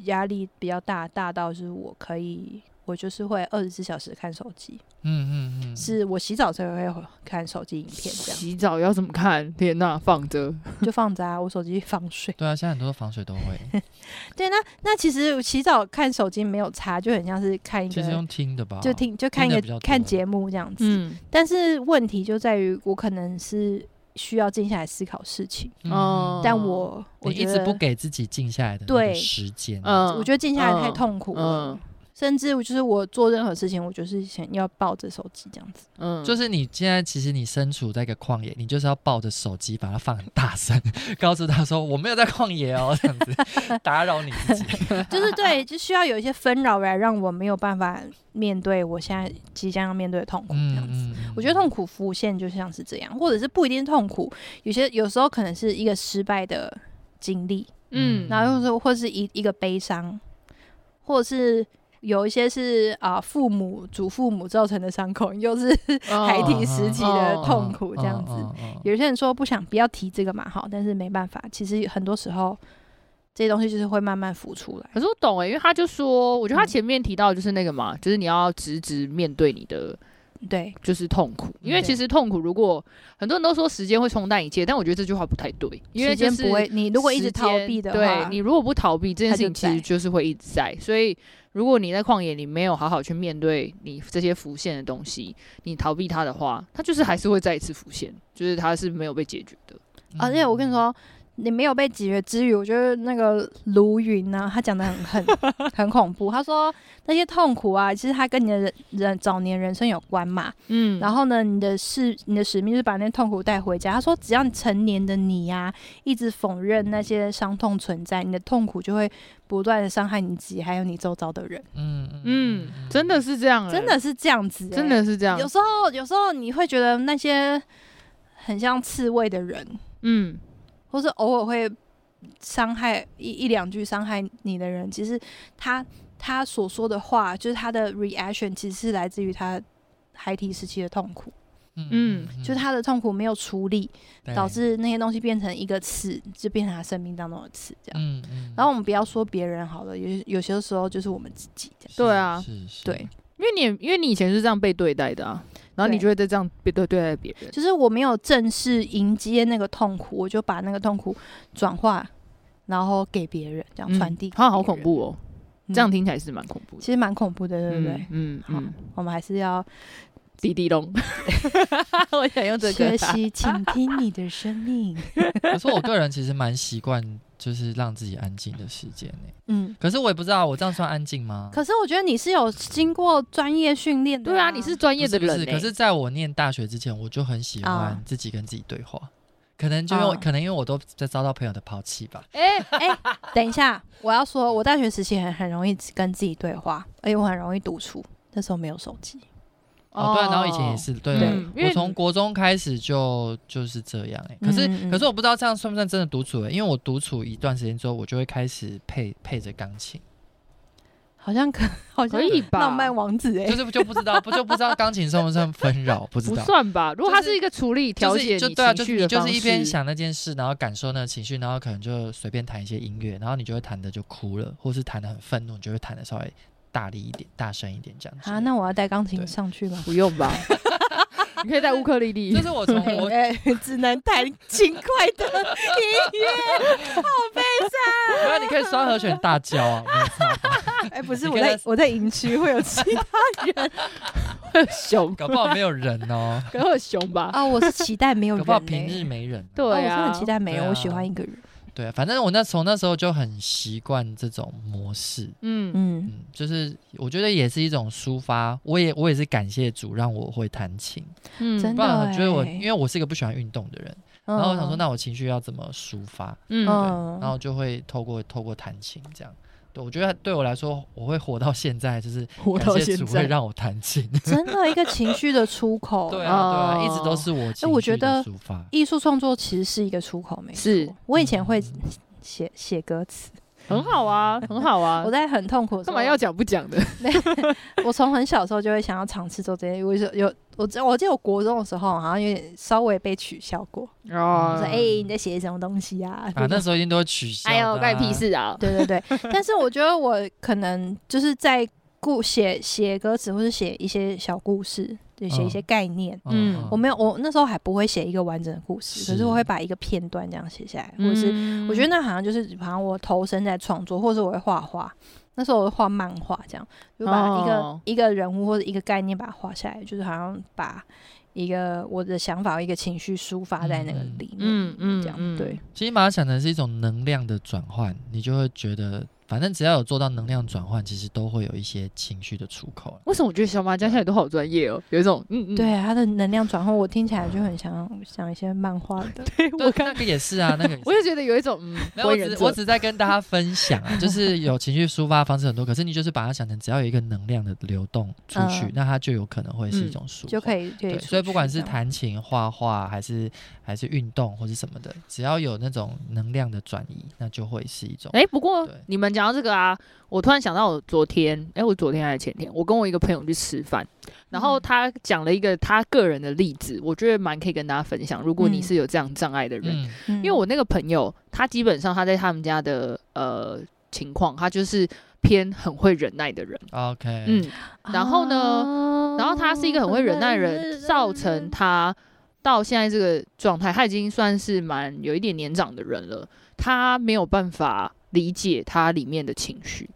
压力比较大，大到就是我可以，我就是会二十四小时看手机，嗯嗯嗯，是我洗澡才会看手机影片，这嗯样洗澡要怎么看？天呐，放着，就放着啊，我手机放水。对啊，现在很多防水都会， 对，那那其实洗澡看手机没有差，就很像是看一其实个用听的吧，就听就看听一得比较个多看节目这样子。嗯但是问题就在于，我可能是需要静下来思考事情，嗯哦但我你我一觉直得不，给自己静下来的那对个时间，嗯，我觉得静下来太痛苦了。嗯甚至就是我做任何事情，我就是想要抱着手机这样 子，嗯，就是你现在其实你身处在一个旷野，你就是要抱着手机把它放很大声，告诉他说我没有在旷野哦，这样子打扰你自己。就是对，就需要有一些纷扰来让我没有办法面对我现在即将要面对的痛苦这样子。嗯，嗯我觉得痛苦浮现就像是这样，或者是不一定痛苦，有些有时候可能是一个失败的经历，嗯，然后又是或是一一个悲伤，或者是有一些是啊、父母祖父母造成的伤口，又是哦嗯孩提时期的痛苦这样子。嗯嗯嗯嗯有些人说不想不要提这个嘛，好，但是没办法，其实很多时候这些东西就是会慢慢浮出来。可是我懂哎、因为他就说，我觉得他嗯前面提到就是那个嘛，就是你要直直面对你的对，就是痛嗯苦，因为对其实痛苦，如果很多人都说时间会冲淡一切，但我觉得这句话不太对，因为时就间是不会，你如果一直时间逃避的话，对你如果不逃避这件它事情，就其在实就是会一直在。所以如果你在旷野，你没有好好去面对你这些浮现的东西，你逃避它的话，它就是还是会再一次浮现，就是它是没有被解决的。而且我嗯跟你，说，你没有被解决之余，我觉得那个卢云呢，他讲的很 很很恐怖。他说那些痛苦啊，其实他跟你的人人早年人生有关嘛。嗯然后后呢，你的事你的使命就是把那些痛苦带回家。他说，只要你成年的你呀、一直否认那些伤痛存在，你的痛苦就会不断的伤害你自己，还有你周遭的人。嗯嗯嗯，真的是这样、欸，真的是这样子、欸真。的是这样有，时候，有时候你会觉得那些很像刺猬的人，嗯，或是偶尔会伤害一一两句伤害你的人，其实他他所说的话，就是他的 reaction，其实是来自于他孩提时期的痛苦，嗯就是他的痛苦没有处理，哎对导致那些东西变成一个刺，就变成他生命当中的刺，这样。嗯嗯然后我们不要说别人好了，有有些时候就是我们自己这样。是对啊是是对，因为你也因为你以前是这样被对待的啊，然后你对就会再这样被对对待别人，就是我没有正式迎接那个痛苦，我就把那个痛苦转化，然后给别人，这样嗯传递给别人、好好恐怖哦，嗯，这样听起来是蛮恐怖的其，实蛮恐怖的，对不对？嗯好，我们还是 要滴滴 咚，我想用这 学个， 习倾听你的生命。可是我个人其实蛮习惯就是让自己安静的时间呢、嗯。可是我也不知道我这样算安静吗？可是我觉得你是有经过专业训练的、对啊，你是专不业的是不人、是，可是在我念大学之前，我就很喜欢啊自己跟自己对话。可能就因为、啊可能因为我都在遭到朋友的抛弃吧。哎、等一下，我要说，我大学时期很很容易跟自己对话，而且我很容易独处。那时候没有手机，哦，对啊，然后以前也是，对对对，我因为从国中开始就就是这样哎、可是、嗯嗯嗯可是我不知道这样算不算真的独处、欸，因为我独处一段时间之后，我就会开始配配着钢琴，好像可 好像可以吧？浪漫王子哎、就是就不知道不就不知道钢琴算不算纷扰，不知不道。算吧？如果它就是是一个处理就调是节就你对啊，情就是绪你的就方是式，一边想那件事，然后感受那个情绪，然后可能就随便弹一些音乐，然后你就会弹的就哭了，或是弹的很愤怒，你就会弹的稍微大力一点、大声一点这样子。啊，那我要带钢琴对上去吗？不 用吧？你可以带乌克丽丽就，是我从 我 哎、只能弹轻快的音乐，好悲伤。那你可以双和弦大叫啊，没有办法哎、不是你我跟在他我在营区会有其他熊，搞不好没有人哦，可能熊吧？啊，我是期待没有搞人、不欸，好平日没人。哦对我是啊，很期待没有，对啊我喜欢一个人。对啊，反正我那从那时候就很习惯这种模式。嗯，嗯，嗯，就是我觉得也是一种抒发，我也我也是感谢主让我会弹琴，嗯真不的然我觉得我欸嗯因为我是一个不喜欢运动的人，然然后我想说，那我情绪要怎么抒发？嗯对，嗯然后就会透过透过弹琴这样。对，我觉得对我来说，我会活到现在，就是活感到谢现主会在，让我弹琴。 真的一个情绪的出口，对啊，对啊，哦一直都是我情我绪觉的得抒发。艺术创作其实是一个出口，没错是我以前会嗯写写歌词，很好啊，很好啊我。在很痛苦的时干候，嘛要讲不讲的？我从很小的时候就会想要尝试做这些。我有有我记我记得我国中的时候好像有点稍微被取笑过，我哦说：“嗯哎、你在写什么东西啊？”啊，那时候一定都会取哎消的啊。啊！ 对对对，但是我觉得我可能就是在故写写歌词，或是写一些小故事，就写一些嗯概念。嗯。嗯我没有，我那时候还不会写一个完整的故事，可是是我会把一个片段这样写下来，或者是嗯我觉得那好像就是好像我投身在创作，或者是我会画画。那时候我会画漫画，这样就把一个、哦一个人物或者一个概念把它画下来，就是好像把一个我的想法、一个情绪抒发在那个嗯里面，嗯嗯这样、嗯对。其实把它想成是一种能量的转换，你就会觉得，反正只要有做到能量转换，其实都会有一些情绪的出口啊。为什么我觉得小马讲起来都好专业哦？有一种嗯嗯，对啊，它的能量转换，我听起来就很想想一些漫画的。对，那个也是啊，那个也是哎 我就觉得有一种嗯，没有，我为人只者我只在跟大家分享啊，就是有情绪抒发方式很多，可是你就是把它想成只要有一个能量的流动出去，嗯那它就有可能会是一种抒发。就可以可以对，出所以不管去是这样弹琴、画画，还是还是运动或是什么的，只要有那种能量的转移，那就会是一种。哎、不过对你们讲到这个啊，我突然想到我昨天，哎、我昨天还是前天，我跟我一个朋友去吃饭，然后嗯他讲了一个他个人的例子，我觉得蛮可以跟大家分享。如果你嗯是有这样障碍的人，嗯，嗯因为我那个朋友，他基本上他在他们家的呃情况，他就是偏很会忍耐的人， OK，嗯，然后呢然后他是一个很会忍哦耐的人，造成他到现在这个状态，他已经算是蛮有一点年长的人了，他没有办法理解他里面的情绪。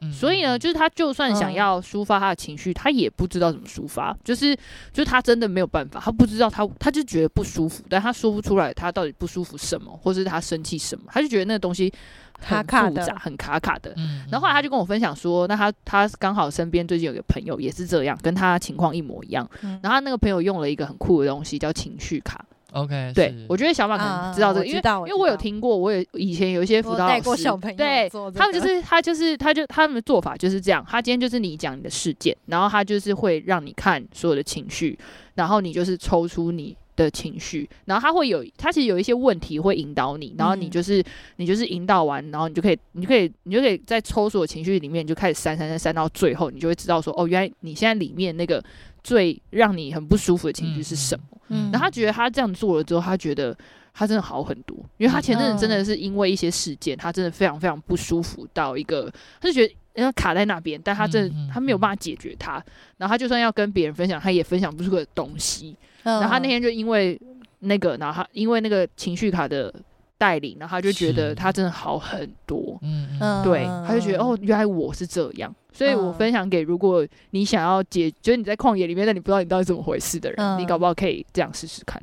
嗯所以呢，就是他就算想要抒发他的情绪，他也不知道怎么抒发，就是就是他真的没有办法，他不知道他他就觉得不舒服，但他说不出来他到底不舒服什么，或是他生气什么，他就觉得那个东西很卡卡复的杂，很卡卡的。嗯然后后来他就跟我分享说，那他他刚好身边最近有个朋友也是这样，跟他情况一模一样。嗯然后他那个朋友用了一个很酷的东西叫情绪卡， OK，对是我觉得小马可啊能知道这我个，因为知道因我为知我有道听过，我有以前有一些辅我导带老过师小朋友对做这他们就个是他就是他就他们的做法就是这样，他今天就是你讲你的事件，然后他就是会让你看所有的情绪，然后你就是抽出你的情绪，然后他会有他其实有一些问题会引导你，然后你嗯就是、你就是引导完，然后你就可以你就可以你就可以在抽所有情绪里面你就开始删删删删到最后，你就会知道说哦，原来你现在里面那个最让你很不舒服的情绪是什么。嗯然后他觉得他这样做了之后，他觉得他真的好很多，因为他前阵子嗯真的是因为一些事件，他真的非常非常不舒服到一个，他就觉得然后卡在那边，但他真的嗯嗯他没有办法解决他，然后他就算要跟别人分享，他也分享不出个东西。嗯然后他嗯那天就因为那个，然后他因为那个情绪卡的带领，然后他就觉是得他真的好很多。嗯嗯嗯对，他就觉得哦，原来我是这样，所以我嗯分享给如果你想要解，就是你在旷野里面，但你不知道你到底怎么回事的人，嗯你搞不好可以这样试试看。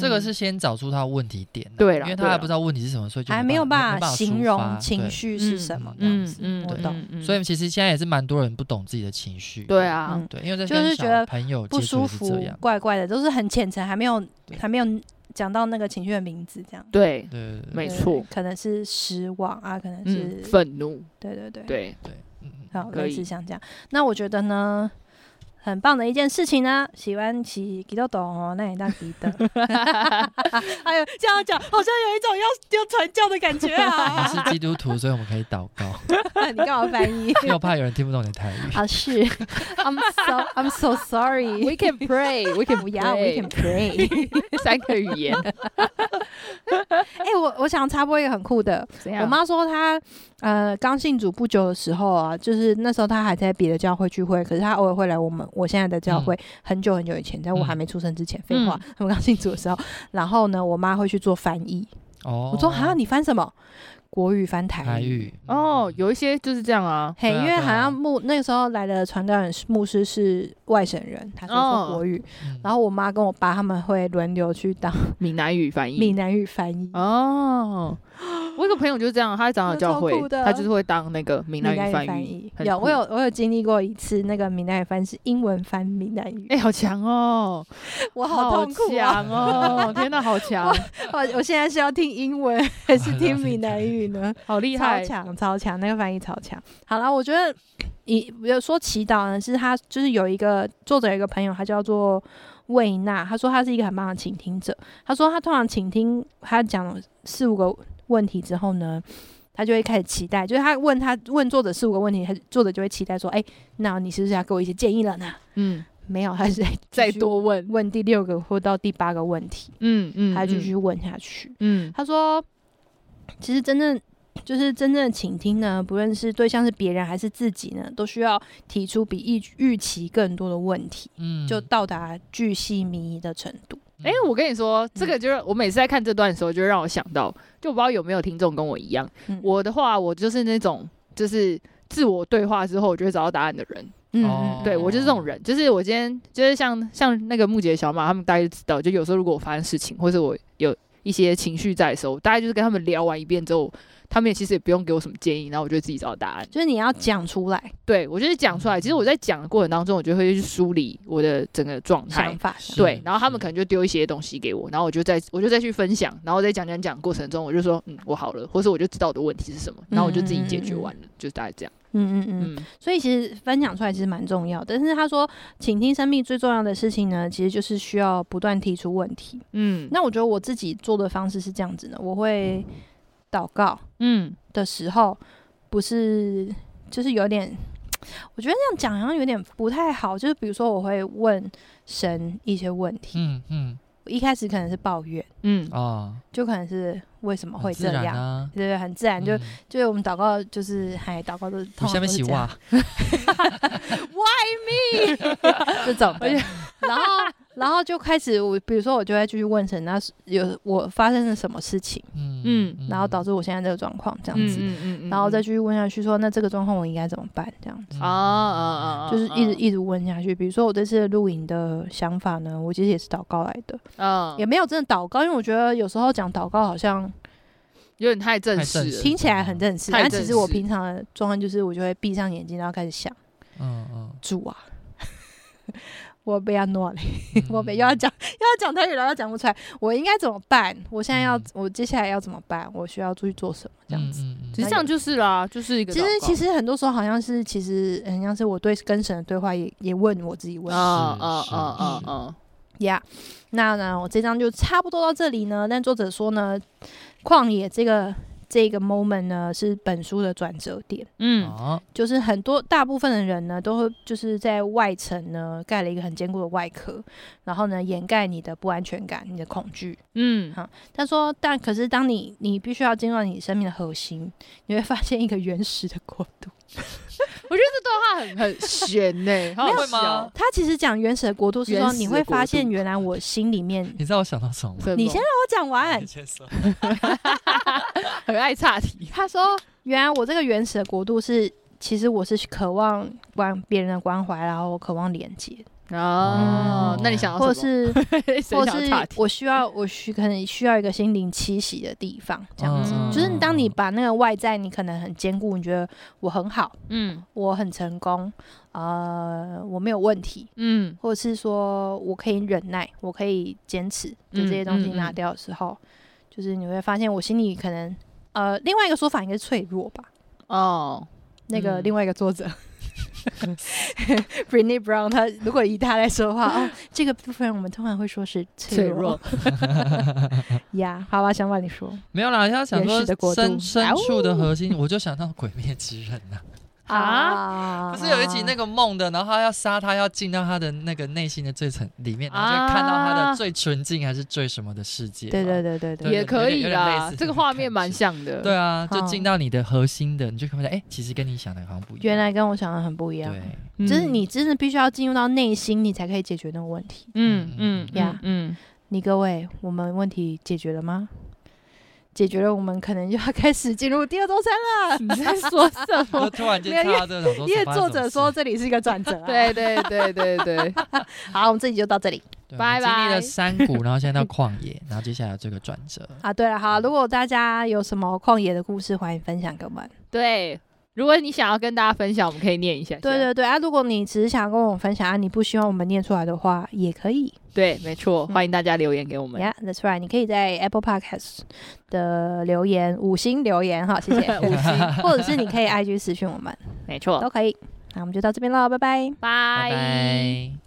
这个是先找出他问题点啊，对啦因为对他啦还不知道问题是什么，所以就没还哎没有办办法法抒形发容对情绪是什么这样嗯子，嗯，我对懂。嗯所以其实现在也是蛮多人不懂自己的情绪，对，啊嗯，对，因为在就跟是小觉得朋友不接触舒也是服这样，，怪怪的，都是很浅层，还没有对还没有讲到那个情绪的名字，这样。对，对对对对没对错，可能是失望啊，可能是嗯，愤怒，对对对，对，对，嗯，好，可类以似像这样。那我觉得呢，很棒的一件事情呢，喜欢骑吉豆豆哦，那也当吉 的。 哎呦，这样讲好像有一种要要传教的感 觉啊！你是基督徒，所以我们可以祷 告，你干嘛 翻译？又怕有人听不懂你的台语。 啊，是，I'm so I'm so sorry。 We can pray, we can 不要，We can pray。 pray 三个语 言，哎、我我想插播一个很酷的，怎我妈说她呃刚信主不久的时候啊，就是那时候她还在别的教会聚会，可是她偶尔会来我们我现在的教会，嗯很久很久以前，在我还没出生之前，废、话，我刚信主的时候，然后呢，我妈会去做翻译，哦，我说哈，你翻什么？国语翻台台语。语嗯哦，，有一些就是这样啊，嘿，对啊因对为啊好像牧那个时候来的传道人是牧师是外省人，他是说哦国语，嗯然后我妈跟我爸他们会轮流去当闽南语翻译，闽南语翻译， 哦，我有个朋友就是这样，他在长老教那会超酷，的他就是会当那个闽南语翻译，很有酷我有，我有经历过一次那个闽南语翻是英文翻闽南语，哎、好强哦，我好痛苦啊！强哦，天哪，好 强，我我现在是要听 英文还是听闽南语呢？好厉超害，强超强，那个翻译超强。好了，我觉得以比如说祈祷呢，是他就是有一个作者有一个朋友，他叫做魏娜，他说他是一个很棒的倾听者。他说他通常倾听他讲四五个问题之后呢。他就会开始期待，就是他问他问作者四五个问题，他作者就会期待说：“哎、那你是不是要给我一些建议了呢？”嗯，没有，他是在再继续多问，问第六个或到第八个问题，嗯嗯，他继续问下去。嗯，他说，其实真正就是真正的倾听呢，不论是对象是别人还是自己呢，都需要提出比预预期更多的问题，嗯就到达巨细靡遗的程度。哎、我跟你说，这嗯个就是我每次在看这段的时候，就会让我想到，就我不知道有没有听众跟我一样，嗯我的话，我就是那种就是自我对话之后，我就会找到答案的人。嗯，哦对我就是这种人，就是我今天就是像像那个木姐小马他们大家就知道，就有时候如果我发生事情，或者我有一些情绪在的时候，大概就是跟他们聊完一遍之后，他们也其实也不用给我什么建议，然后我就会自己找到答案。就是你要讲出来对我就是讲出来，其实我在讲的过程当中，我就会去梳理我的整个状态想。法。是对，然后他们是可能就丢一些东西给我，然后我就再我就再去分享，然后在讲讲讲过程中，我就说嗯我好了，或是我就知道我的问题是什么，然后我就自己解决完了，就大概这样。嗯嗯嗯，嗯所以其实分享出来其实蛮重要的。但是他说，倾听生命最重要的事情呢，其实就是需要不断提出问题。嗯那我觉得我自己做的方式是这样子的，我会祷告嗯的时候，不是就是有点，我觉得这样讲好像有点不太好。就是比如说，我会问神一些问题，嗯嗯我一开始可能是抱怨，嗯啊，就可能是为什么很会这自然样。啊，对对，很自然，就嗯就是我们祷告，就是还祷告都是我通下面常都是洗这样袜，这种的，然后然后就开始我，比如说我就会继续问神，那是有我发生了什么事情，嗯嗯然后导致我现在这个状况这样嗯子，嗯嗯，然后再继续问下去说，那这个状况我应该怎么办？这样子，嗯啊啊啊，啊就是一直一直问下去。比如说我这次的录影的想法呢，我其实也是祷告来的，嗯也没有真的祷告，因为我觉得有时候讲祷告好像有点太正式太正了式。听起来很正式，太但正其实我平常的状况就是，我就会闭上眼睛，然后开始想嗯嗯，主啊。 我被要诺了，嗯我被又要讲又要讲台语了，又讲不出来，我应该怎么办？我现在要、嗯我接下来要怎么办？我需要出去做什么？这样子。，嗯嗯嗯其实这样就是啦，就是一个其实其实实很多时候好像是，其实很像是我对跟神的对话也也问我自己问啊啊啊啊啊，呀、那呢，我这张就差不多到这里呢。但作者说呢，旷野这个这个 moment 呢是本书的转折点，嗯哦就是很多大部分的人呢都会就是在外层呢盖了一个很坚固的外壳，然后呢掩盖你的不安全感、你的恐惧。嗯他说，但可是当你你必须要进入你生命的核心，你会发现一个原始的国 度。他很很悬呢，好哦会吗？？哦他其实讲原始的国度是原说，始你的会国发度现原来我心里面，你知道我想到什么吗？哦你先让 我讲完。很爱岔题，他说，原来我这个原始的国度是，其实我是渴望关别人的关怀，然后我渴望连接。哦，那你想要嗯或者什么 是 谁或想是要岔题我需要我需可能需要一个心灵栖息的地方，这样子。嗯就是你当你把那个外在你可能很坚固，你觉得我很好，嗯我很成功，呃，我没有问题，嗯或者是说我可以忍耐，我可以坚持，就嗯这些东西嗯拿嗯掉的时候，就是你会发现我心里可能呃，另外一个说法应该是脆弱吧。哦，那嗯个另外一个作 者、b r i t n e y Brown，他如果以他来说的话，哦，这个部分我们通常会说是脆脆弱呀。好吧，想把你说没有啦，要想原说始的国度深深啊呜处的核心，我就想到《鬼灭之刃》呐。啊不是有一集那个梦的，然后他要杀他，要进到他的那个内心的最层里面，然后就看到他的啊最纯净还是最什么的世界嘛。对对对对对，也可以有点类啦，似这个画面蛮像的。对，啊，就哦进到你的核心的，你就会发现，哎、其实跟你想的好像不一样。原来跟我想的很不一样。嗯对，嗯就是你，真的必须要进入到内心，你才可以解决那个问题。嗯嗯呀嗯嗯，你各位，我们问题解决了吗？解决了，我们可能就要开始进入第二周三了。你在说什就 么？突然间没有看到这种，因为发生作什么者事说，这里是一个转 折、啊。，对对对对对，好，我们这集就到这里。对拜我们经历拜了山谷，然后现在到旷野，然后接下来有这个转折。啊，对了，嗯好，如果大家有什么旷野的故事，欢迎分享给我们。对，如果你想要跟大家分享，我们可以念一下下。对对对啊，如果你只是想跟我们分享啊，你不希望我们念出来的话，也可以。对，没错，欢迎大家留言给我们。。Yeah, that's right。你可以在 Apple Podcast 的留言五星留言哈，谢谢 五星， 或者是你可以 IG 私讯我们没错都，可以。那我们就到这边喽，拜拜。拜拜拜。